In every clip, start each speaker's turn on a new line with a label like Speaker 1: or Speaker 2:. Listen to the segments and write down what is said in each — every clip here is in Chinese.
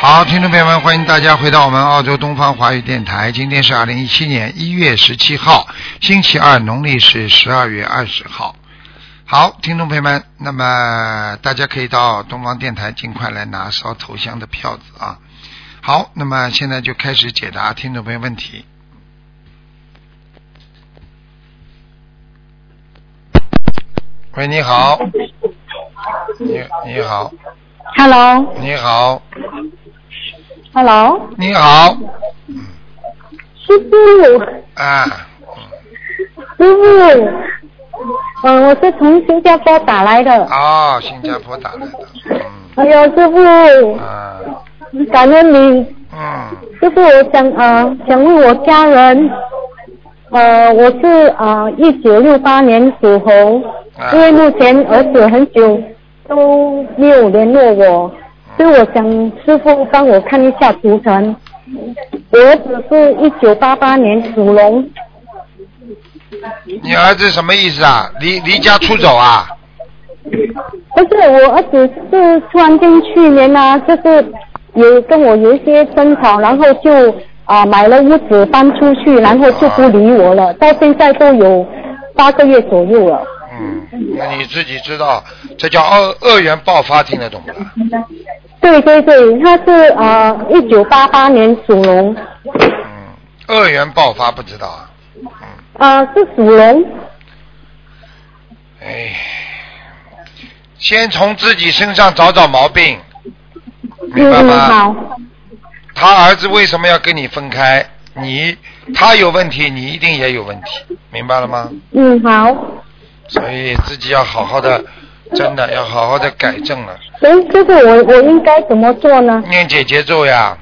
Speaker 1: 好，听众朋友们，欢迎大家回到我们澳洲东方华语电台。今天是二零一七年一月十七号，星期二，农历是十二月二十号。好，听众朋友们，那么大家可以到东方电台尽快来拿烧头香的票子啊。好，那么现在就开始解答听众朋友问题。喂，你好，你你好，
Speaker 2: Hello，Hello，
Speaker 1: 你好，你好，
Speaker 2: 师傅，
Speaker 1: 啊，
Speaker 2: 师傅，嗯，我是从新加坡打来的。
Speaker 1: 哦，新加坡打来的，嗯，
Speaker 2: 哎呦，师傅，
Speaker 1: 啊，
Speaker 2: 感恩你，
Speaker 1: 嗯，
Speaker 2: 师傅，我想呃，想问我家人，呃，我是呃一九六八年属猴，
Speaker 1: 啊
Speaker 2: 因为目前儿子很久都没有联络我，所以我想师傅帮我看一下图腾。我儿子是一九八八年属龙，
Speaker 1: 你儿子什么意思啊？离离家出走啊？
Speaker 2: 不是，我儿子是突然间去年啊，就是有跟我有一些争吵，然后就啊、买了屋子搬出去，然后就不理我了，到现在都有八个月左右了。
Speaker 1: 嗯，那你自己知道，这叫恶恶缘爆发，听得懂不啦？
Speaker 2: 对对对，他是啊，一九八八年属龙，
Speaker 1: 嗯，恶缘爆发不知道啊。
Speaker 2: 啊、是属龙，
Speaker 1: 哎，先从自己身上找找毛病，明白
Speaker 2: 嗯
Speaker 1: 吗？
Speaker 2: 好，
Speaker 1: 他儿子为什么要跟你分开？你他有问题，你一定也有问题，明白了吗？
Speaker 2: 嗯好。
Speaker 1: 所以自己要好好
Speaker 2: 嗯
Speaker 1: 的，真的要好好的改正了，
Speaker 2: 所以这个我我应该怎么做呢？
Speaker 1: 念姐姐咒呀。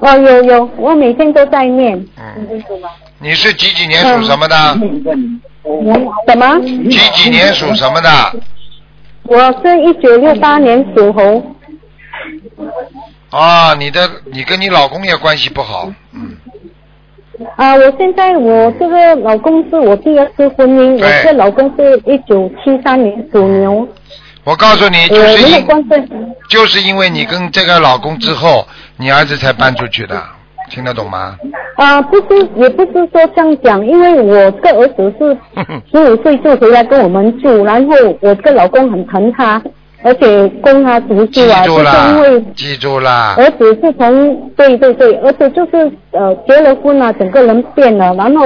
Speaker 2: 哦，有有，我每天都在念。
Speaker 1: 嗯，你是几几年属什么的？
Speaker 2: 嗯什么？
Speaker 1: 几几年属什么的？
Speaker 2: 我是一九六八年属猴。
Speaker 1: 啊，你的你跟你老公也关系不好，嗯，
Speaker 2: 啊，我现在我这个老公是我第二次婚姻，
Speaker 1: 对
Speaker 2: 我这个老公是一九七三年属牛，
Speaker 1: 我告诉你，
Speaker 2: 呃我
Speaker 1: 就是
Speaker 2: 没有
Speaker 1: 因
Speaker 2: 关系。
Speaker 1: 就是因为你跟这个老公之后，你儿子才搬出去的，听得懂吗？
Speaker 2: 啊，不是，也不是说这样讲，因为我这个儿子是
Speaker 1: 哼哼
Speaker 2: 十五岁就回来跟我们住，然后我这个老公很疼他，而且供他读
Speaker 1: 记
Speaker 2: 书啊，就
Speaker 1: 住
Speaker 2: 是
Speaker 1: 啦
Speaker 2: 因为，
Speaker 1: 记住啦，
Speaker 2: 儿子自从对对对，儿子就是呃结了婚啊，整个人变了，然后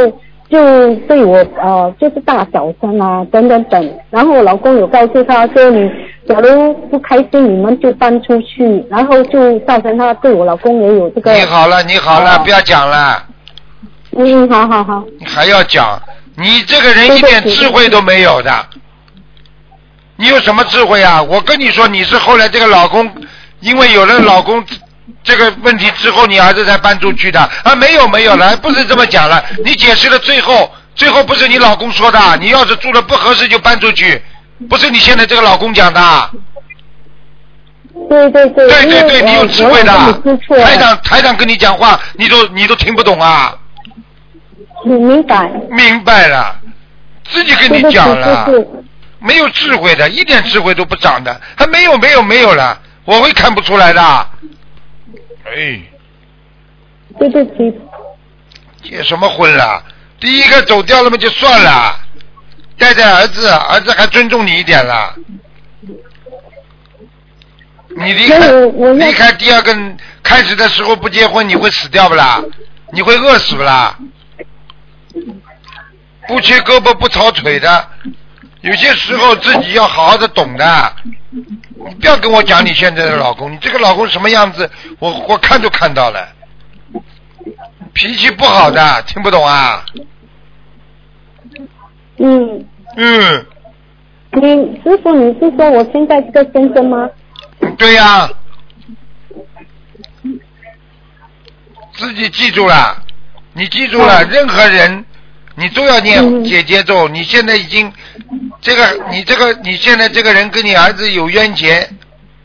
Speaker 2: 就对我呃就是大小声啊等等等，然后我老公有告诉他说你假如不开心你们就搬出去，然后就造成他对我老公也有这个啊
Speaker 1: 你好了，你好了，不要讲了，
Speaker 2: 嗯好好好
Speaker 1: 你还要讲，你这个人一点智慧都没有的，你有什么智慧啊？我跟你说，你是后来这个老公，因为有了老公这个问题之后，你儿子才搬出去的啊？没有没有了，不是这么讲了，你解释了最后，最后不是你老公说的，你要是住的不合适就搬出去，不是你现在这个老公讲的。
Speaker 2: 对对对，
Speaker 1: 对
Speaker 2: 因
Speaker 1: 对
Speaker 2: 为
Speaker 1: 对，你有
Speaker 2: 我
Speaker 1: 智慧的
Speaker 2: 我老公也吃醋。
Speaker 1: 台
Speaker 2: 了，
Speaker 1: 长台长跟你讲话，你都你都听不懂啊？
Speaker 2: 你明白？
Speaker 1: 明白了，自己跟
Speaker 2: 对
Speaker 1: 你
Speaker 2: 不起，
Speaker 1: 讲
Speaker 2: 就
Speaker 1: 了，
Speaker 2: 是
Speaker 1: 没有智慧的，一点智慧都不长的，还没有没有没有了，我会看不出来的。哎，
Speaker 2: 对不起，
Speaker 1: 结什么婚了？第一个走掉了嘛就算了，带带儿子，儿子还尊重你一点了。你离
Speaker 2: 没
Speaker 1: 开
Speaker 2: 有我要
Speaker 1: 离开第二个开始的时候不结婚，你会死掉不啦？你会饿死不啦？不缺胳膊不少腿的，有些时候自己要好好的懂的。你不要跟我讲你现在的老公，你这个老公什么样子，我我看都看到了，脾气不好的，听不懂啊？
Speaker 2: 嗯，
Speaker 1: 嗯，
Speaker 2: 你师傅你是说我现在这个先生吗？
Speaker 1: 对呀、自己记住了，你记住了，
Speaker 2: 嗯
Speaker 1: 任何人你都要念
Speaker 2: 嗯
Speaker 1: 姐姐咒。你现在已经这个，你这个，你现在这个人跟你儿子有冤结，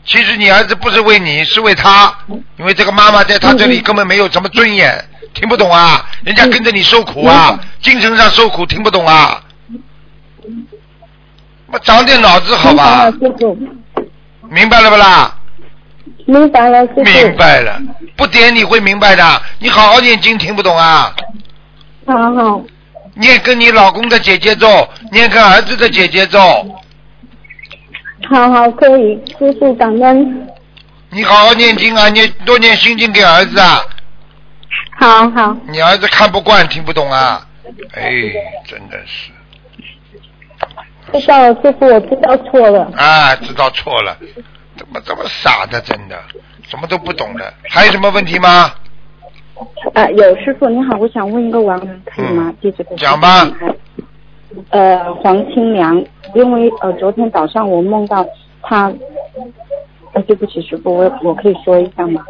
Speaker 1: 其实你儿子不是为你，是为他，因为这个妈妈在他这里
Speaker 2: 嗯嗯嗯
Speaker 1: 根本没有什么尊严，听不懂啊？人家跟着你受苦啊，精神上受苦，听不懂啊？我长点脑子好吧？
Speaker 2: 嗯明白了
Speaker 1: 明白了
Speaker 2: 师傅。
Speaker 1: 不啦？
Speaker 2: 明白了，谢谢。
Speaker 1: 明白了，不点你会明白的。你好好念经，听不懂啊？
Speaker 2: 好好，
Speaker 1: 念跟你老公的姐姐咒，念跟儿子的姐姐咒。
Speaker 2: 好好，可以，师傅感恩。
Speaker 1: 你好好念经啊，念多念心经给儿子啊。
Speaker 2: 好好，
Speaker 1: 你儿子看不惯，听不懂啊。哎，真的是
Speaker 2: 知道了，师傅，我知道错了。
Speaker 1: 啊，知道错了，怎么这么傻的？真的，什么都不懂的。还有什么问题吗？
Speaker 3: 呃，有师傅你好，我想问一个王人可以吗
Speaker 1: 嗯？
Speaker 3: 地址给我
Speaker 1: 讲吧。
Speaker 3: 呃，黄清良，因为呃昨天早上我梦到他，呃对不起师傅，我我可以说一下吗？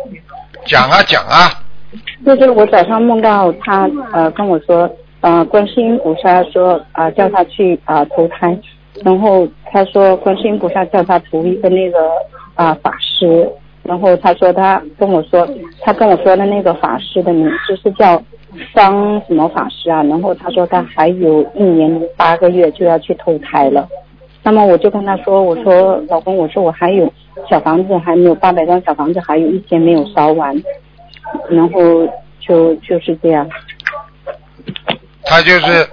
Speaker 1: 讲啊讲啊，
Speaker 3: 就是我早上梦到他呃跟我说，呃观世音菩萨说啊、呃叫他去啊、呃投胎，然后他说观世音菩萨叫他投一个那个啊、呃法师，然后他说他跟我说他跟我说的那个法师的名字是叫张什么法师啊，然后他说他还有一年八个月就要去投胎了。那么我就跟他说，我说老公，我说我还有小房子还没有八百张小房子，还有一千没有烧完，然后就就是这样。
Speaker 1: 他就是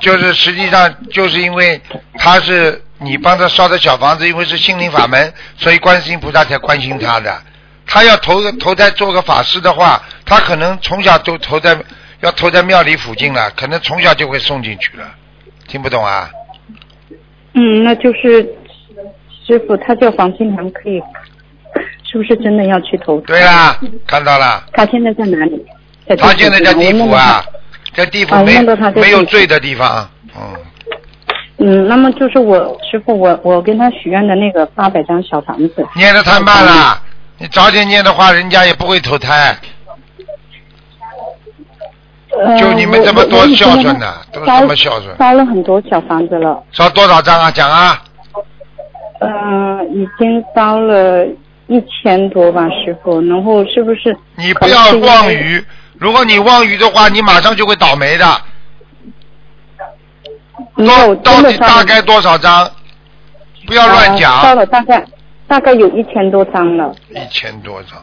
Speaker 1: 就是实际上就是因为他是你帮他烧的小房子，因为是心灵法门，所以观世音菩萨才关心他的。他要投投胎做个法师的话，他可能从小都投在要投在庙里附近了，可能从小就会送进去了。听不懂啊？
Speaker 3: 嗯，那就是师傅，他叫房清良，可以，是不是真的要去投胎？
Speaker 1: 对啦，看到啦。
Speaker 3: 他现在在哪里？在
Speaker 1: 他现在在地府啊，在地府没
Speaker 3: 啊我梦到他在地府
Speaker 1: 没有罪的地方，嗯，
Speaker 3: 嗯，那么就是我师傅，我我跟他许愿的那个八百张小房子。
Speaker 1: 念的太慢了，你早点念的话，人家也不会投胎。
Speaker 3: 呃
Speaker 1: 就你们这么多
Speaker 3: 我我已经
Speaker 1: 孝顺呐
Speaker 3: 跟
Speaker 1: 都
Speaker 3: 他
Speaker 1: 这么孝顺
Speaker 3: 烧了很多小房子了，
Speaker 1: 烧多少张啊？讲啊，
Speaker 3: 嗯、已经烧了一千多吧，师傅。然后是不是？
Speaker 1: 你不要妄。语，如果你妄语的话，你马上就会倒霉的。
Speaker 3: 没
Speaker 1: 到
Speaker 3: 有，
Speaker 1: 到
Speaker 3: 真的
Speaker 1: 底
Speaker 3: 烧了
Speaker 1: 大概多少张？不要乱
Speaker 3: 呃烧
Speaker 1: 讲，
Speaker 3: 了大概大概有一千多张了。
Speaker 1: 一千多张，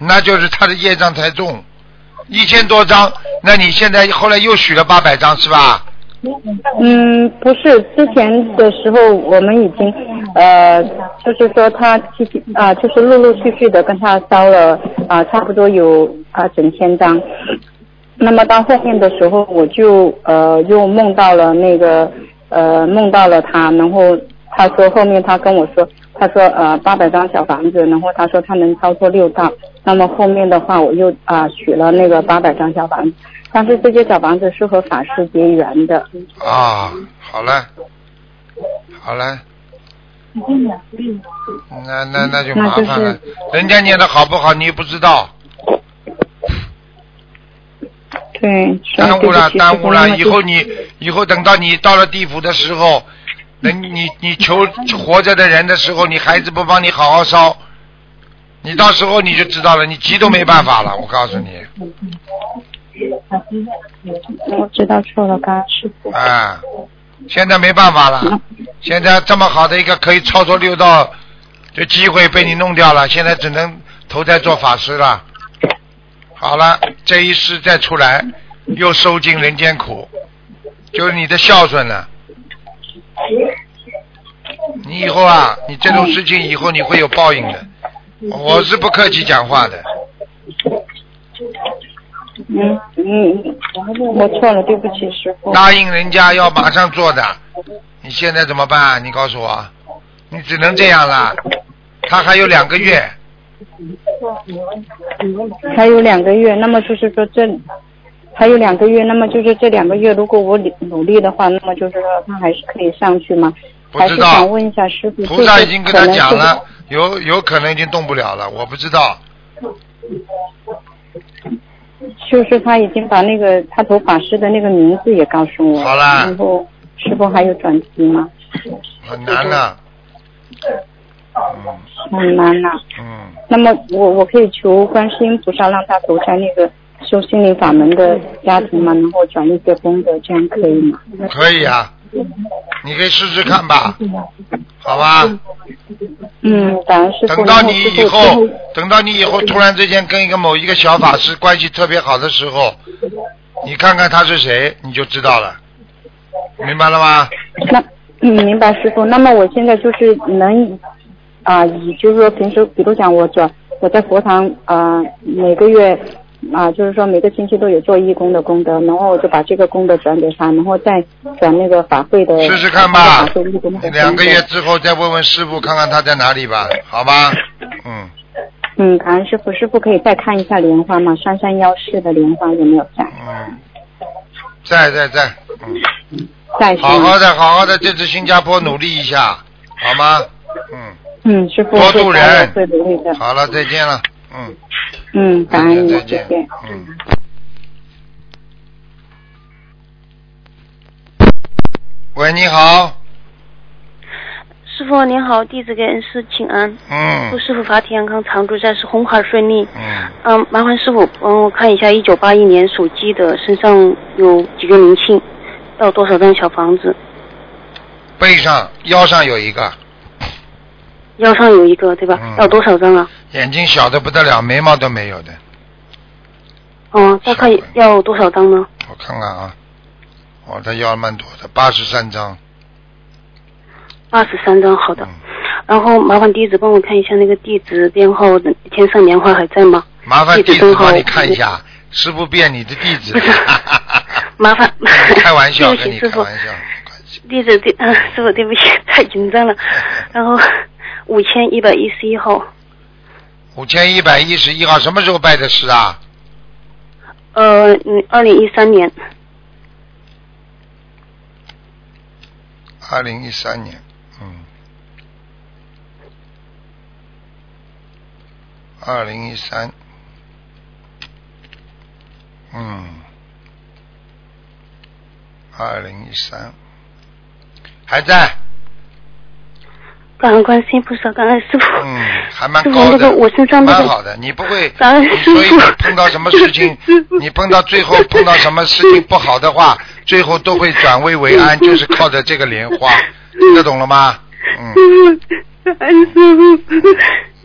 Speaker 1: 那就是他的业障太重，一千多张。那你现在后来又许了八百张是吧？
Speaker 3: 嗯，不是，之前的时候我们已经呃，就是说他七七啊、就是陆陆续续的跟他烧了啊、差不多有啊、整千张。那么到后面的时候，我就呃又梦到了那个呃梦到了他，然后他说后面他跟我说，他说呃八百张小房子，然后他说他能操作六道，那么后面的话我又啊、取了那个八百张小房子，但是这些小房子是和法师结缘的。
Speaker 1: 啊，好了，好了，那那那就麻烦了。
Speaker 3: 那
Speaker 1: 人家念的好不好，你又不知道，
Speaker 3: 对，所以
Speaker 1: 耽
Speaker 3: 对
Speaker 1: 误
Speaker 3: 不
Speaker 1: 了，
Speaker 3: 起
Speaker 1: 耽
Speaker 3: 师傅
Speaker 1: 误了。
Speaker 3: 那么
Speaker 1: 以
Speaker 3: 就
Speaker 1: 后你以后等到你到了地府的时候，
Speaker 3: 嗯
Speaker 1: 人你你求活着的人的时候，你孩子不帮你好好烧，你到时候你就知道了，你急都没办法了。我告诉你，
Speaker 3: 嗯我知道错了，刚刚嗯师傅。
Speaker 1: 啊，现在没办法了，现在这么好的一个可以操作六道的机会被你弄掉了，现在只能投胎做法师了。好了，这一世再出来，又受尽人间苦，就是你的孝顺了。你以后啊，你这种事情以后你会有报应的。我是不客气讲话的，
Speaker 3: 嗯嗯，我错了，对不起师傅。
Speaker 1: 答应人家要马上做的，你现在怎么办？你告诉我，你只能这样了。他还有两个月，
Speaker 3: 还有两个月，那么就是说这还有两个月，那么就是这两个月，如果我努努力的话，那么就是说他还是可以上去吗？
Speaker 1: 不
Speaker 3: 还
Speaker 1: 知
Speaker 3: 是
Speaker 1: 道
Speaker 3: 想问一下师傅，
Speaker 1: 菩萨已经跟他讲
Speaker 3: 就是可能是
Speaker 1: 了，有有可能已经动不了了，我不知道。
Speaker 3: 就是他已经把那个他投法师的那个名字也告诉我，
Speaker 1: 好啦
Speaker 3: 然后师傅还有转机吗？
Speaker 1: 很难了。嗯
Speaker 3: 很难呐、
Speaker 1: 嗯，
Speaker 3: 那么我我可以求观世音菩萨让他投在那个修心灵法门的家庭嘛，然后转一些功德，这样可以吗？
Speaker 1: 可以啊，你可以试试看吧，好吧？
Speaker 3: 嗯，感恩师傅。
Speaker 1: 等到你以
Speaker 3: 然后师
Speaker 1: 后
Speaker 3: 父之，
Speaker 1: 等到你以后突然之间跟一个某一个小法师关系特别好的时候，你看看他是谁，你就知道了，明白了吗？
Speaker 3: 那嗯，明白师傅。那么我现在就是能以啊、以就是说平时，呃比如讲我转啊我在佛堂啊、每个月啊、就是说每个星期都有做义工的功德，然后我就把这个功德转给他，然后再转那个法会的
Speaker 1: 试试看吧
Speaker 3: 法会义工的功德
Speaker 1: 两个月。之后再问问师傅，看看他在哪里吧，好吗？嗯，
Speaker 3: 嗯，感恩师傅，师傅可以再看一下莲花吗？三三幺四的莲花有没有在？
Speaker 1: 嗯，在在在，嗯，
Speaker 3: 在是
Speaker 1: 好
Speaker 3: 吗
Speaker 1: 好的好好的，这次新加坡努力一下，好吗？嗯，
Speaker 3: 嗯，师傅
Speaker 1: 多
Speaker 3: 会
Speaker 1: 度
Speaker 3: 加油
Speaker 1: 人
Speaker 3: 会努力的。
Speaker 1: 好了，再见了，嗯，
Speaker 3: 嗯，
Speaker 1: 再
Speaker 3: 感
Speaker 1: 见
Speaker 3: 恩你，
Speaker 1: 再
Speaker 3: 谢
Speaker 1: 见
Speaker 3: 谢。，
Speaker 1: 嗯。喂，你好，
Speaker 4: 师傅您好，弟子给恩师请安。祝
Speaker 1: 嗯
Speaker 4: 师傅法体安康，常住在世，红海顺利。
Speaker 1: 嗯，
Speaker 4: 嗯，麻烦师傅帮我看一下，一九八一年属鸡的身上有几个灵性，要多少张小房子？
Speaker 1: 背上腰上有一个，
Speaker 4: 腰上有一个，对吧？
Speaker 1: 嗯
Speaker 4: 要多少张啊？
Speaker 1: 眼睛小的不得了，眉毛都没有的，
Speaker 4: 嗯，大概要多少张呢？
Speaker 1: 我看看啊，哦，他要蛮多的，八十三张，
Speaker 4: 二十三张，好的。
Speaker 1: 嗯，
Speaker 4: 然后麻烦弟子帮我看一下那个地址编号，天上莲花还在吗？
Speaker 1: 麻烦
Speaker 4: 地
Speaker 1: 地
Speaker 4: 址
Speaker 1: 址
Speaker 4: 编号
Speaker 1: 帮你看一下，师傅变你的地址
Speaker 4: 不是， 麻烦
Speaker 1: 开玩笑，
Speaker 4: 对不
Speaker 1: 跟
Speaker 4: 起
Speaker 1: 你
Speaker 4: 师
Speaker 1: 开
Speaker 4: 傅
Speaker 1: 玩笑，没关系
Speaker 4: 地址对， 嗯，师傅对不起，太紧张 了。然后五千一百一十一号，
Speaker 1: 五千一百一十一号什么时候拜的师啊？
Speaker 4: 呃，嗯，二零一三年，
Speaker 1: 二零一三年，嗯，二零一三，嗯，二零一三，还在，
Speaker 4: 感恩观世音菩萨，感恩师傅。
Speaker 1: 嗯，还蛮
Speaker 4: 师傅
Speaker 1: 高
Speaker 4: 那
Speaker 1: 的，
Speaker 4: 个我身上那
Speaker 1: 蛮
Speaker 4: 个
Speaker 1: 好的，你不会，
Speaker 4: 感恩
Speaker 1: 你
Speaker 4: 师
Speaker 1: 所以你
Speaker 4: 傅
Speaker 1: 碰到什么事 情
Speaker 4: 师，傅
Speaker 1: 你碰到最后碰到什么事情不好的话，最后都会转危为 安，就是靠着这个莲花，听得懂了吗？嗯。
Speaker 4: 师傅，感恩师傅，感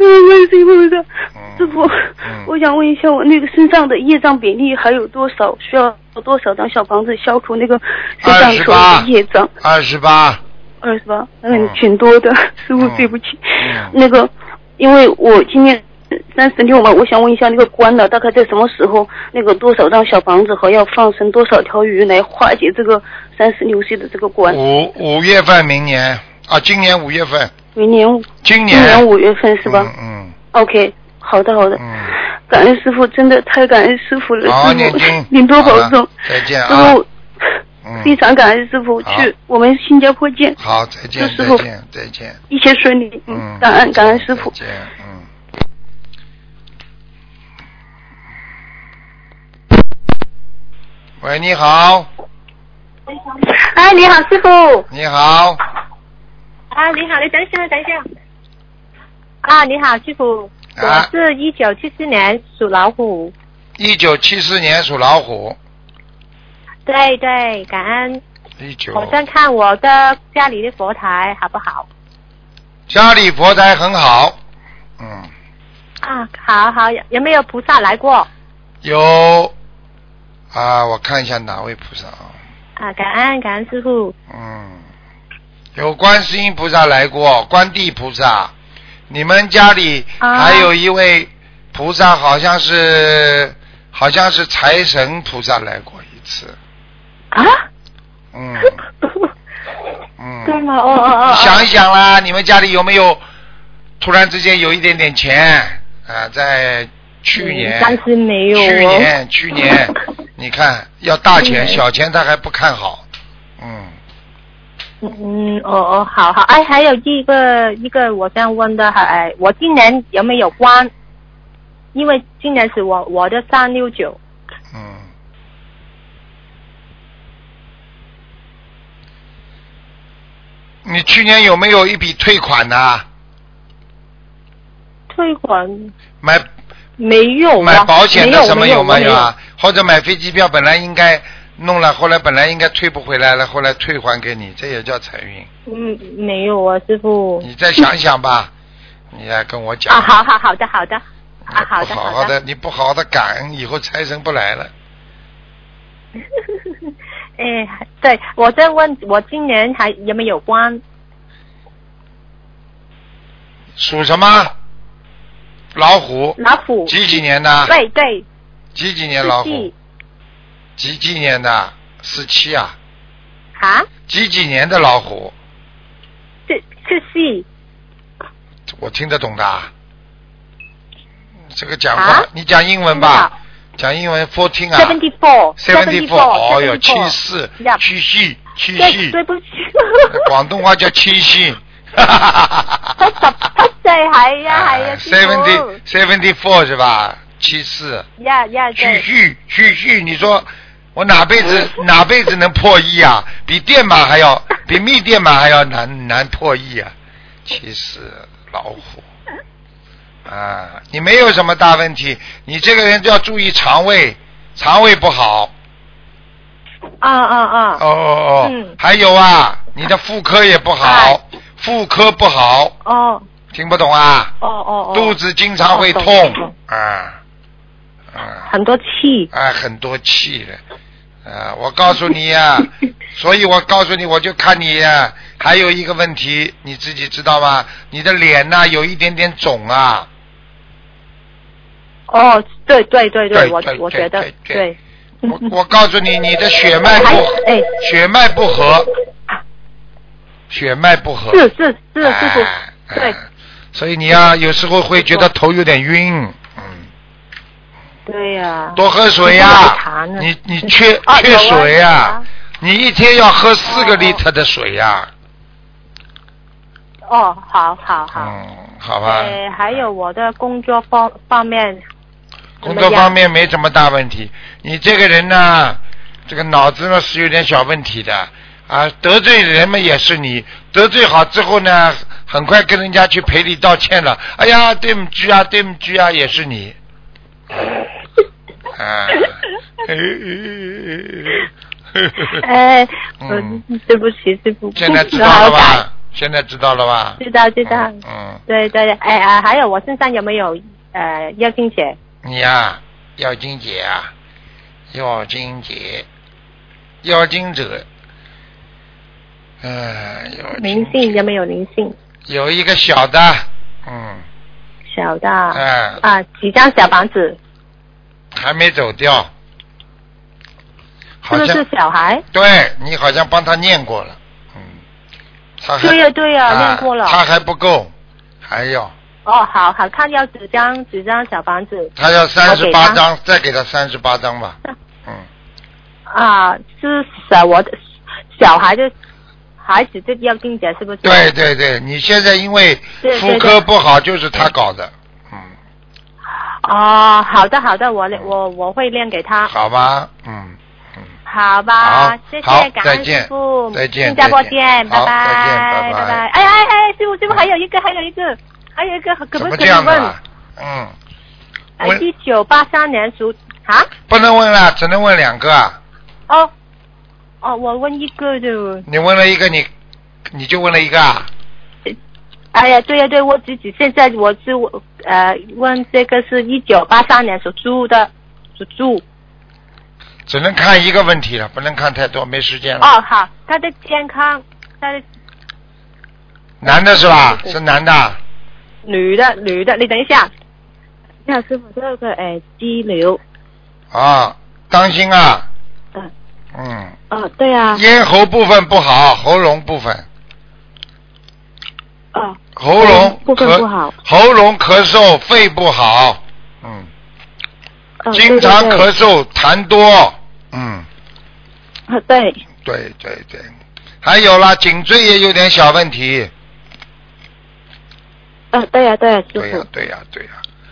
Speaker 4: 恩观世音菩萨。
Speaker 1: 嗯
Speaker 4: 师傅，
Speaker 1: 嗯
Speaker 4: 我想问一下，我那个身上的业障比例还有多少？需要多少张小房子消除那个身上所有的业障？
Speaker 1: 二十八，
Speaker 4: 二十八，
Speaker 1: 嗯
Speaker 4: 嗯，挺多的。 师傅
Speaker 1: 嗯，
Speaker 4: 对不起。
Speaker 1: 嗯
Speaker 4: 那个，因为我今年三十六嘛，我想问一下那个关了，大概在什么时候？那个多少张小房子和要放生多少条鱼来化解这个三十六岁的这个关？
Speaker 1: 五五月份明年啊，今年五月份，
Speaker 4: 明年五
Speaker 1: 今
Speaker 4: 今年五月份是吧、
Speaker 1: 嗯
Speaker 4: o k 好的好的。
Speaker 1: 嗯
Speaker 4: 感恩师傅，真的太感恩师傅
Speaker 1: 嗯，
Speaker 4: 了，
Speaker 1: 好好
Speaker 4: 师
Speaker 1: 念
Speaker 4: 傅
Speaker 1: 经，，
Speaker 4: 您多
Speaker 1: 好
Speaker 4: 保
Speaker 1: 了
Speaker 4: 重，
Speaker 1: 再见
Speaker 4: 师
Speaker 1: 啊
Speaker 4: 傅，，
Speaker 1: 嗯
Speaker 4: 非常感恩师傅，
Speaker 1: 好
Speaker 4: 去我们新加坡见，
Speaker 1: 好，再见，
Speaker 4: 师
Speaker 1: 再
Speaker 4: 傅
Speaker 1: 见，再见，
Speaker 4: 一切顺利，
Speaker 1: 嗯，
Speaker 4: 感恩感恩师
Speaker 1: 再
Speaker 4: 傅。
Speaker 1: 见，嗯。喂，你好，
Speaker 5: 哎，你好，师傅。
Speaker 1: 你好，
Speaker 5: 啊，你好，你等一下，等一下。啊，你好，师傅。
Speaker 1: 啊
Speaker 5: 我是一九七四年属老虎。
Speaker 1: 一九七四年属老虎，
Speaker 5: 对对，感恩。
Speaker 1: 一九，
Speaker 5: 我想看我的家里的佛台好不好？
Speaker 1: 家里佛台很好，嗯，
Speaker 5: 啊，好好，有有没有菩萨来过？
Speaker 1: 有啊，我看一下哪位菩萨啊？
Speaker 5: 啊，感恩感恩师傅。
Speaker 1: 嗯，有观世音菩萨来过，观地菩萨。你们家里
Speaker 5: 啊
Speaker 1: 还有一位菩萨，好像是、好像是财神菩萨来过一次。
Speaker 5: 啊？
Speaker 1: 嗯
Speaker 5: 对
Speaker 1: 嗯，
Speaker 5: 吗？哦哦哦。
Speaker 1: 你
Speaker 5: 哦
Speaker 1: 想一想啦，你们家里有没有突然之间有一点点钱啊？在去年
Speaker 5: 嗯、暂时没有哦。
Speaker 1: 去年去年，你看要大钱
Speaker 5: 去年
Speaker 1: 小钱他还不看好，嗯，
Speaker 5: 嗯，哦哦，好好，哎，还有一个一个我想问的，哎，我今年有没有关？因为今年是我我的三六九，
Speaker 1: 嗯，你去年有没有一笔退款啊呐、
Speaker 5: 退款
Speaker 1: 买
Speaker 5: 没有啊，
Speaker 1: 买保险的什么
Speaker 5: 没有
Speaker 1: 没
Speaker 5: 没有
Speaker 1: 有啊？或者买飞机票本来应该弄了，后来本来应该退不回来了，后来退还给你，这也叫财运。
Speaker 5: 嗯，没有啊，师傅。
Speaker 1: 你再想想 吧，你来跟我讲。
Speaker 5: 啊，好好好的好的，
Speaker 1: 你
Speaker 5: 啊好的
Speaker 1: 不好好
Speaker 5: 的。
Speaker 1: 的，你不好好的赶，以后财神不来了。
Speaker 5: 哎，对，我在问我今年还有没有关
Speaker 1: 属什么？老虎。
Speaker 5: 老虎？
Speaker 1: 几几年的？
Speaker 5: 对对，
Speaker 1: 几几年老
Speaker 5: 四
Speaker 1: 虎
Speaker 5: 季？
Speaker 1: 几几年的？十七啊？
Speaker 5: 啊，
Speaker 1: 几几年的老虎？
Speaker 5: 四四季
Speaker 1: 我听得懂的啊。这个讲话，
Speaker 5: 啊
Speaker 1: 你讲英文吧，讲英文 fourteen 啊
Speaker 5: seventy four
Speaker 1: four，哦哟，七四
Speaker 5: Yeah，
Speaker 1: 七系七
Speaker 5: 对
Speaker 1: 系，
Speaker 5: 對不起，
Speaker 1: 广东话叫七 系，哈哈哈
Speaker 5: 七
Speaker 1: 哈
Speaker 5: 十七歲係啊係啊
Speaker 1: 哎，seventy
Speaker 5: 師
Speaker 1: seventy four 是吧？七四，
Speaker 5: 傅，呀呀
Speaker 1: 继
Speaker 5: 對，
Speaker 1: 续继续，你说我哪辈子
Speaker 5: 嗯
Speaker 1: 哪辈子能破亿啊？比电马还要，比密电马还要难难破亿啊！其实老虎啊，你没有什么大问题，你这个人就要注意肠胃，肠胃不好。
Speaker 5: 啊啊
Speaker 1: 哦
Speaker 5: 啊，
Speaker 1: 哦哦，
Speaker 5: 嗯哎
Speaker 1: 还有啊，你的妇科也不好，妇科不好，
Speaker 5: 哦
Speaker 1: 听不懂啊？
Speaker 5: 哦哦哦，
Speaker 1: 肚子经常会
Speaker 5: 哦懂
Speaker 1: 痛
Speaker 5: 懂
Speaker 1: 啊啊。
Speaker 5: 很多氣，
Speaker 1: 啊，很多气的，啊，我告诉你呀、 所以我告诉你，我就看你呀、还有一个问题，你自己知道吗？你的脸呐、有一点点肿啊，
Speaker 5: 哦，對對對
Speaker 1: 對
Speaker 5: 對，我
Speaker 1: 對
Speaker 5: 我
Speaker 1: 對
Speaker 5: 覺得
Speaker 1: 對對哦
Speaker 5: 對，
Speaker 1: 我我告诉你，你的血脉不
Speaker 5: 还哎
Speaker 1: 血脉不和，血脉不和，
Speaker 5: 是是是师傅
Speaker 1: 哎，
Speaker 5: 对
Speaker 1: 哎所以你呀、有时候会觉得头有点晕，嗯，
Speaker 5: 对呀，
Speaker 1: 多喝水呀、
Speaker 5: 我不馋呢
Speaker 1: 你你缺、
Speaker 5: 啊
Speaker 1: 缺
Speaker 5: 有啊
Speaker 1: 水呀、
Speaker 5: 有啊
Speaker 1: 你一天要喝四个
Speaker 5: 哦
Speaker 1: liter 的水呀、
Speaker 5: 哦，好好好，
Speaker 1: 嗯，好吧。
Speaker 5: 誒，還有我的工作方方面，
Speaker 1: 工作方面没什么大问题。你这个人呢，这个脑子呢是有点小问题的啊，得罪人们也是你，得罪好之后呢，很快跟人家去赔礼道歉了。哎呀，对不起啊，对不起啊，也是 你。啊，
Speaker 5: 誒，
Speaker 1: 嗯
Speaker 5: 我哎對不起師傅，
Speaker 1: 现在知道 了吧？现在知道了吧？
Speaker 5: 知道知道。
Speaker 1: 嗯，
Speaker 5: 对对，哎啊，还有我身上有没有呃药精血？
Speaker 1: 你呀、要精姐啊，要精姐，要精者，呃，要精
Speaker 5: 灵性有没有灵性？
Speaker 1: 有一个小的，嗯，
Speaker 5: 小的
Speaker 1: 哎、
Speaker 5: 啊，几张小房子？
Speaker 1: 还没走掉，
Speaker 5: 是
Speaker 1: 好
Speaker 5: 不
Speaker 1: 像
Speaker 5: 是小孩？
Speaker 1: 对你好像帮他念过了，嗯，他还
Speaker 5: 对呀对呀，
Speaker 1: 啊
Speaker 5: 念过了。
Speaker 1: 他还不够，还要
Speaker 5: 哦，好好看，要几张几张小房子
Speaker 1: 他要三十八
Speaker 5: 他
Speaker 1: 张，再给他三十八张吧，嗯，
Speaker 5: 啊？是小我的小孩的孩子的药精血是不是？
Speaker 1: 对。对对，你现在因为
Speaker 5: 对对
Speaker 1: 妇
Speaker 5: 对
Speaker 1: 科不好，就是他搞的，嗯。
Speaker 5: 哦，好的好的，我我我会念给他，
Speaker 1: 好吧，嗯，嗯，
Speaker 5: 好
Speaker 1: 好
Speaker 5: 吧？谢
Speaker 1: 好
Speaker 5: 谢，感
Speaker 1: 再
Speaker 5: 恩
Speaker 1: 见
Speaker 5: 师傅，
Speaker 1: 再见
Speaker 5: 新加坡
Speaker 1: 再见
Speaker 5: 见，拜
Speaker 1: 好
Speaker 5: 拜，
Speaker 1: 再见拜拜
Speaker 5: 拜拜。哎哎哎，师傅师傅，还有一个还有一个还有一个，可
Speaker 1: 怎
Speaker 5: 不
Speaker 1: 么
Speaker 5: 可
Speaker 1: 这
Speaker 5: 以
Speaker 1: 样的
Speaker 5: 问？
Speaker 1: 啊？嗯，
Speaker 5: 呃，
Speaker 1: 问
Speaker 5: 一九八三年属啊？
Speaker 1: 不能问了，只能问两个啊。
Speaker 5: 哦，哦，我问一个就，
Speaker 1: 你问了一个，你你就问了一个啊？
Speaker 5: 哎呀，对呀、对，我自己现在我是呃问这个是一九八三年属猪的，属猪。
Speaker 1: 只能看一个问题了，不能看太多，没时间了。
Speaker 5: 哦，好，他的健康，他的
Speaker 1: 男的是吧？是男的啊，
Speaker 5: 女的女的，你等一下，
Speaker 6: 你好，师傅，这个哎诶肌瘤，
Speaker 1: 啊当心啊。
Speaker 6: 嗯
Speaker 1: 嗯，
Speaker 6: 哦，对啊，
Speaker 1: 咽喉部分不好，喉咙部分，
Speaker 6: 哦，
Speaker 1: 喉咙
Speaker 6: 部分
Speaker 1: 咳
Speaker 6: 不好，
Speaker 1: 喉咙咳嗽，肺不好，嗯，
Speaker 6: 哦，
Speaker 1: 经常咳嗽，痰多，嗯。
Speaker 6: 对对对，
Speaker 1: 对对对，还有啦，颈椎也有点小问题。
Speaker 6: 哦，对呀、对呀、
Speaker 1: 对啊
Speaker 6: 师
Speaker 1: 呀、
Speaker 6: 傅，
Speaker 1: 对呀、对呀、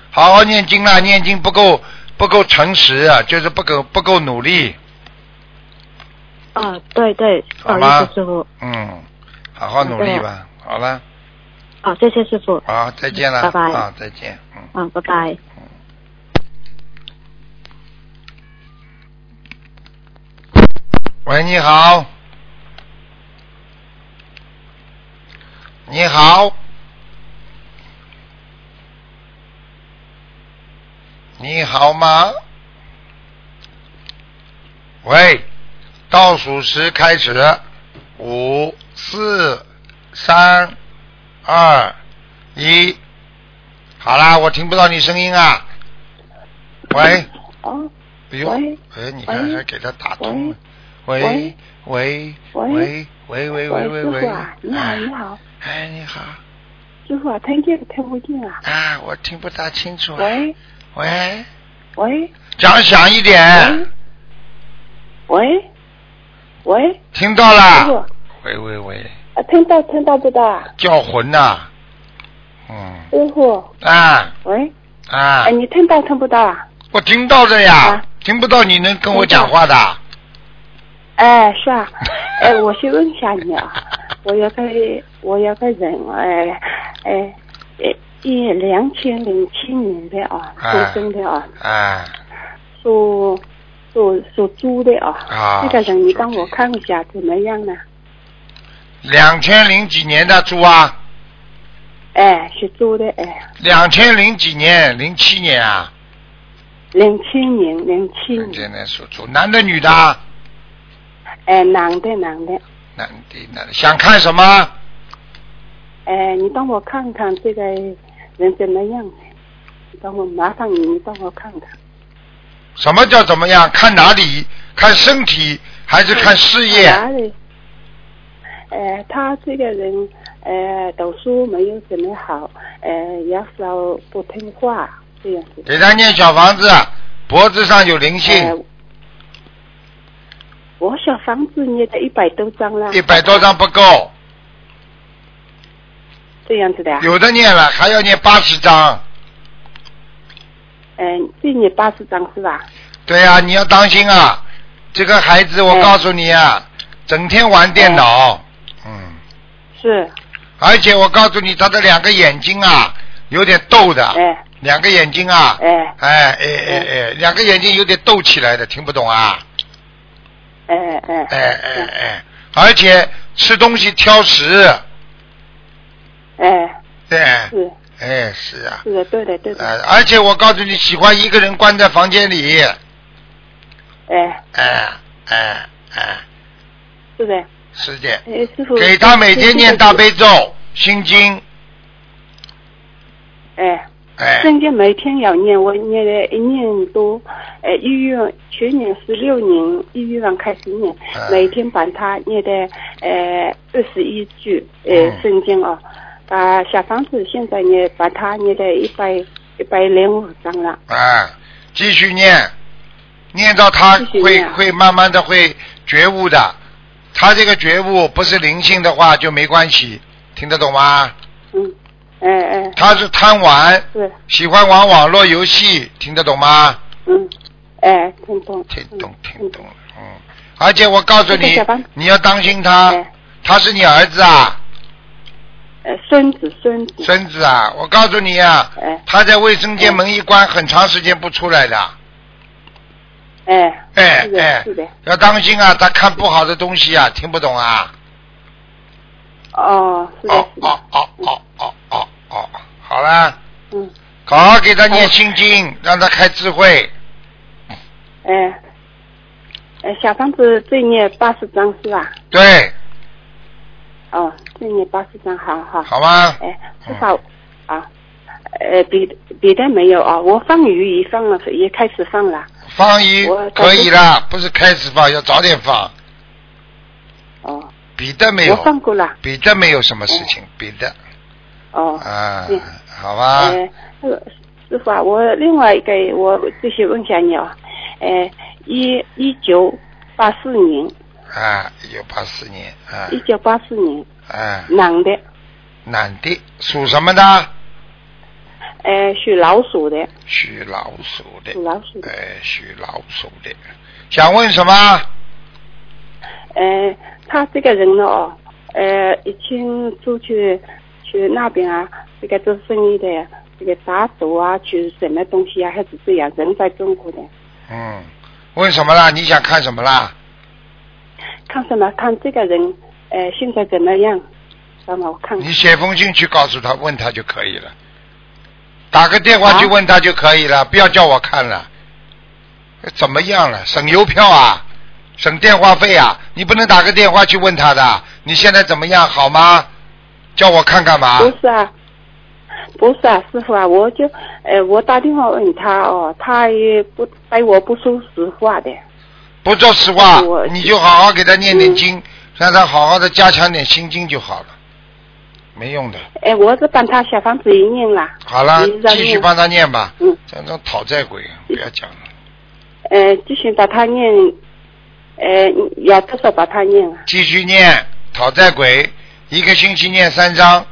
Speaker 1: 好好念经啦，念经不够不够诚实啊，就是不够不够努力，
Speaker 6: 哦，对对，不
Speaker 1: 好
Speaker 6: 好
Speaker 1: 吗
Speaker 6: 意思，师傅，
Speaker 1: 嗯，好好努力吧。好了，
Speaker 6: 哦，谢谢师傅，
Speaker 1: 好，再见了，
Speaker 6: 拜拜
Speaker 1: 啊，再见，嗯。
Speaker 6: 嗯、拜拜。
Speaker 1: 喂，你好。你好。你好吗？喂，倒数时开始，五、四、三、二、一。好啦，我听不到你声音啊。喂，
Speaker 4: 哦，
Speaker 1: 哎呦，
Speaker 4: 喂
Speaker 1: 哎，你看
Speaker 4: 喂
Speaker 1: 还给他打通了
Speaker 4: 喂。
Speaker 1: 喂喂
Speaker 4: 喂
Speaker 1: 喂喂喂喂喂
Speaker 4: 师
Speaker 1: 喂
Speaker 4: 傅啊，！你好，你好，
Speaker 1: 哎，你好
Speaker 4: 师傅啊，听见听不见啊？
Speaker 1: 啊，我听不大清楚。
Speaker 4: 喂
Speaker 1: 喂，
Speaker 4: 喂
Speaker 1: 讲响一点，
Speaker 4: 喂喂，
Speaker 1: 听到
Speaker 4: 师傅
Speaker 1: 啦。喂喂喂，
Speaker 4: 啊，听到听到不到啊？
Speaker 1: 叫魂呐、嗯，
Speaker 4: 师傅，
Speaker 1: 啊
Speaker 4: 喂，
Speaker 1: 啊
Speaker 4: 哎，，你听到听不到啊？
Speaker 1: 我听到的呀
Speaker 4: 啊，
Speaker 1: 听不到你能跟我讲话的。
Speaker 4: 哎，是 啊，哎，我去问一下你啊，我有个我有个人，哎哎哎，一两千零七年的啊，
Speaker 1: 哎
Speaker 4: 出生的啊，
Speaker 1: 啊
Speaker 4: 属属属猪的啊，
Speaker 1: 啊！
Speaker 4: 这个人你帮我看一下怎么样啊呢？
Speaker 1: 两千零几年的猪啊，
Speaker 4: 哎，是猪的哎。
Speaker 1: 两千零几年，零七年啊，
Speaker 4: 零七年，零七年，
Speaker 1: 现在属猪，男的女的啊？
Speaker 4: 哎，男的，男的，
Speaker 1: 男的男的，想看什么？
Speaker 4: 哎，你帮我看看这个人怎么样？你帮我麻烦你，你帮我看看。
Speaker 1: 什么叫怎么样？看哪里？看身体还是看事业？
Speaker 4: 哪里？呃，他这个人，呃，读书没有怎么好，呃，有时候不听话，这样子。
Speaker 1: 给他念小房子，脖子上有灵
Speaker 4: 哎
Speaker 1: 性，，
Speaker 4: 我小房子念的一百多张了，
Speaker 1: 一百多张不够，
Speaker 4: 这样子的、啊。
Speaker 1: 有的念了还要念八十张。
Speaker 4: 嗯、最念八十张是吧？
Speaker 1: 对呀、你要当心啊！这个孩子，我
Speaker 4: 哎
Speaker 1: 告诉你啊，整天玩电脑，嗯，
Speaker 4: 是，
Speaker 1: 而且我告诉你，他的两个眼睛啊，有点斗的，
Speaker 4: 哎
Speaker 1: 两个眼睛啊，
Speaker 4: 哎
Speaker 1: 哎哎哎哎，两个眼睛有点斗起来的，听不懂啊？
Speaker 4: 哎哎
Speaker 1: 哎哎哎，而且吃东西挑食，
Speaker 4: 哎，
Speaker 1: 对，
Speaker 4: 是
Speaker 1: 哎是啊，
Speaker 4: 是的，对的对的，
Speaker 1: 呃，而且我告诉你，喜欢一个人关在房间里，
Speaker 4: 哎。
Speaker 1: 哎哎哎，
Speaker 4: 是的，
Speaker 1: 是的，
Speaker 4: 哎，师傅
Speaker 1: 给他每天念大，悲咒、心经，
Speaker 4: 哎，
Speaker 1: 哎，
Speaker 4: 圣经每天要念，我念了一年多，哎，一月去年十六年一月份开始念，
Speaker 1: 哎
Speaker 4: 每天把它念的呃二十一句，
Speaker 1: 嗯
Speaker 4: 呃，圣经啊，把小房子现在念把它念的一百一百零五章了，
Speaker 1: 哎，继续念，念到他
Speaker 4: 继续
Speaker 1: 会
Speaker 4: 念啊
Speaker 1: 会慢慢的会觉悟的。他这个觉悟不是灵性的话就没关系，听得懂吗？
Speaker 4: 嗯，哎哎，
Speaker 1: 他是贪玩，
Speaker 4: 是，
Speaker 1: 喜欢玩网络游戏，听得懂吗？
Speaker 4: 嗯，哎，听懂，
Speaker 1: 听懂
Speaker 4: 嗯，
Speaker 1: 听懂，嗯。而且我告诉
Speaker 4: 谢谢
Speaker 1: 你
Speaker 4: 小芳，
Speaker 1: 你要当心他，
Speaker 4: 哎，
Speaker 1: 他是你儿子啊，
Speaker 4: 呃，孙子孙子，
Speaker 1: 孙子啊。我告诉你啊，
Speaker 4: 哎
Speaker 1: 他在卫生间门一关，很长时间不出来的。
Speaker 4: 哎，
Speaker 1: 哎
Speaker 4: 是的，
Speaker 1: 哎
Speaker 4: 是的，，
Speaker 1: 要当心啊！他看不好的东西啊，听不懂啊！
Speaker 4: 哦，是的
Speaker 1: 哦，
Speaker 4: 是的
Speaker 1: 哦，哦哦哦哦哦，好啦，
Speaker 4: 嗯。
Speaker 1: 好好给他念心经，让他开智慧。
Speaker 4: 哎，呃，小房子罪孽八十张是吧？
Speaker 1: 对，
Speaker 4: 哦，罪孽八十张，好好。
Speaker 1: 好嗯吗？
Speaker 4: 哎，至少、啊，呃，别的别的没有啊，我放鱼也放了，也开始放了。
Speaker 1: 放鱼
Speaker 4: 我
Speaker 1: 可以啦，不是开始放，要早点放。
Speaker 4: 哦，
Speaker 1: 彼得没
Speaker 4: 我
Speaker 1: 有，
Speaker 4: 放过了。
Speaker 1: 彼得没有什么事情，彼得
Speaker 4: 哦，
Speaker 1: 啊
Speaker 4: 对，
Speaker 1: 好吧，
Speaker 4: 呃，那个师傅啊，我另外一个我继续问一下你啊，呃，一一九八四年，
Speaker 1: 啊，一九八四年，啊
Speaker 4: 一九八四年，
Speaker 1: 啊，
Speaker 4: 男的，
Speaker 1: 男的属什么的？
Speaker 4: 呃，属老鼠的，
Speaker 1: 属老鼠的。
Speaker 4: 属老鼠的。
Speaker 1: 哎，属老鼠的，想问什么？
Speaker 4: 呃，他这个人呢，哦，呃，以前出去去那边啊，这个做生意的，这个打赌啊，取什么东西啊，还是这样，人在中国的，
Speaker 1: 嗯，问什么啦？你想看什么啦？
Speaker 4: 看什么？看这个人，呃，现在怎么样？让我 看
Speaker 1: 你写封信去告诉他，问他就可以了，打个电话去问他就可以了，
Speaker 4: 啊
Speaker 1: 不要叫我看了。怎么样了？省邮票啊，省电话费啊，你不能打个电话去问他的。你现在怎么样？好吗？叫我看干嘛？
Speaker 4: 不是啊，不是啊，师傅啊，我就，呃，我打电话问他哦，他也不对我不说实话的。
Speaker 1: 不做实话
Speaker 4: 我，嗯
Speaker 1: 你就好好给他念点经，让他好好的加强点心经就好了，没用的。
Speaker 4: 哎，我是帮他小房子一念啦。
Speaker 1: 好了
Speaker 4: 你让，
Speaker 1: 继续
Speaker 4: 念
Speaker 1: 帮他念吧。
Speaker 4: 嗯
Speaker 1: 这种讨债鬼，不要讲了。
Speaker 4: 呃，继续把他念，呃，要多少把他念啊？
Speaker 1: 继续念讨债鬼，一个星期念三章，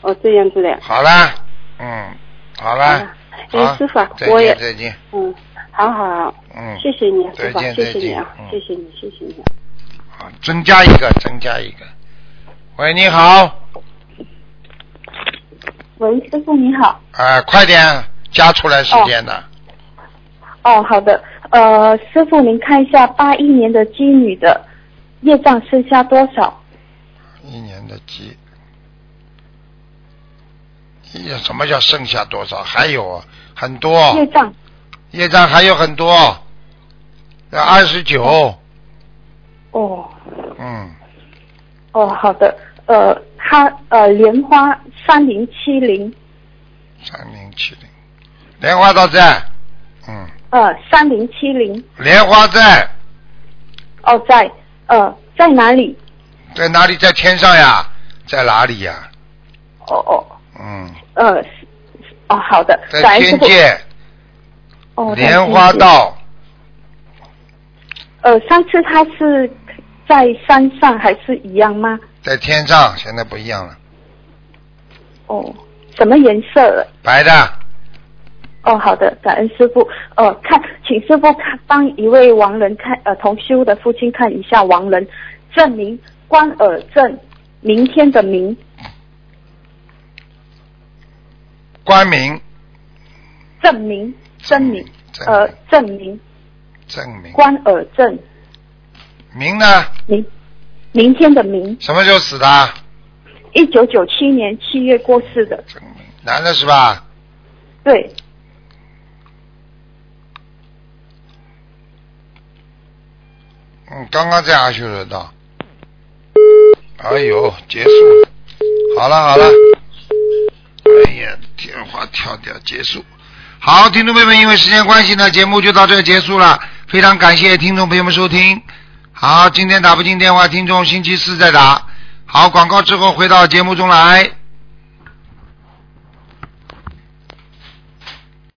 Speaker 4: 哦，这样子的。
Speaker 1: 好啦，嗯，好啦，
Speaker 4: 嗯
Speaker 1: 好
Speaker 4: 哎师傅啊
Speaker 1: 再
Speaker 4: 我也
Speaker 1: 见再见，
Speaker 4: 嗯，好好好，
Speaker 1: 嗯，
Speaker 4: 谢谢你，啊，师傅
Speaker 1: 再见
Speaker 4: 啊，谢谢
Speaker 1: 再
Speaker 4: 你
Speaker 1: 见
Speaker 4: 啊
Speaker 1: 嗯，
Speaker 4: 谢谢你，谢谢
Speaker 7: 啊
Speaker 4: 你。
Speaker 1: 好，增加一个，增加一个。喂，你好，
Speaker 7: 喂，师傅你好。
Speaker 1: 啊、快点加出来时间呐。
Speaker 7: 哦，好的。呃，师傅您看一下八一年的鸡女的业障剩下多少？
Speaker 1: 一年的鸡，一什么叫剩下多少？还有啊，很多
Speaker 7: 业障
Speaker 1: 业障还有很多，要二十九，
Speaker 7: 哦
Speaker 1: 嗯，
Speaker 7: 哦，好的。呃，他呃莲花三零七零
Speaker 1: 三零七零，莲花道在，嗯，
Speaker 7: 呃三零七零
Speaker 1: 莲花在
Speaker 7: 哦在呃在哪里？
Speaker 1: 在哪里？在天上呀，在哪里呀？
Speaker 7: 哦哦
Speaker 1: 嗯，
Speaker 7: 呃是哦好的，感
Speaker 1: 在
Speaker 7: 恩师
Speaker 1: 天
Speaker 7: 傅。
Speaker 1: 界，
Speaker 7: 哦，在
Speaker 1: 莲花
Speaker 7: 天界。
Speaker 1: 道
Speaker 7: 呃，上次他是在山上还是一样吗？
Speaker 1: 在天上，现在不一样了，
Speaker 7: 哦，什么颜色了？
Speaker 1: 白的，
Speaker 7: 哦，好的，感恩师傅。呃，看，请师傅看帮一位亡人看，呃，同修的父亲看一下亡人证明关尔证，明天的明，
Speaker 1: 光明，
Speaker 7: 证明，证明，
Speaker 1: 证
Speaker 7: 呃
Speaker 1: 明，，
Speaker 7: 证明
Speaker 1: 证明，
Speaker 7: 关尔证，
Speaker 1: 明呢？
Speaker 7: 明，明天的明，
Speaker 1: 什么时候死的啊？
Speaker 7: 一九九七年七月过世的，
Speaker 1: 证明男的是吧？
Speaker 7: 对，
Speaker 1: 嗯，刚刚在阿修罗道。哎呦，结束了，好了好了，哎呀，电话跳掉，结束。好，听众朋友们，因为时间关系呢，节目就到这儿结束了。非常感谢听众朋友们收听。好，今天打不进电话，听众星期四再打。好，广告之后回到节目中来。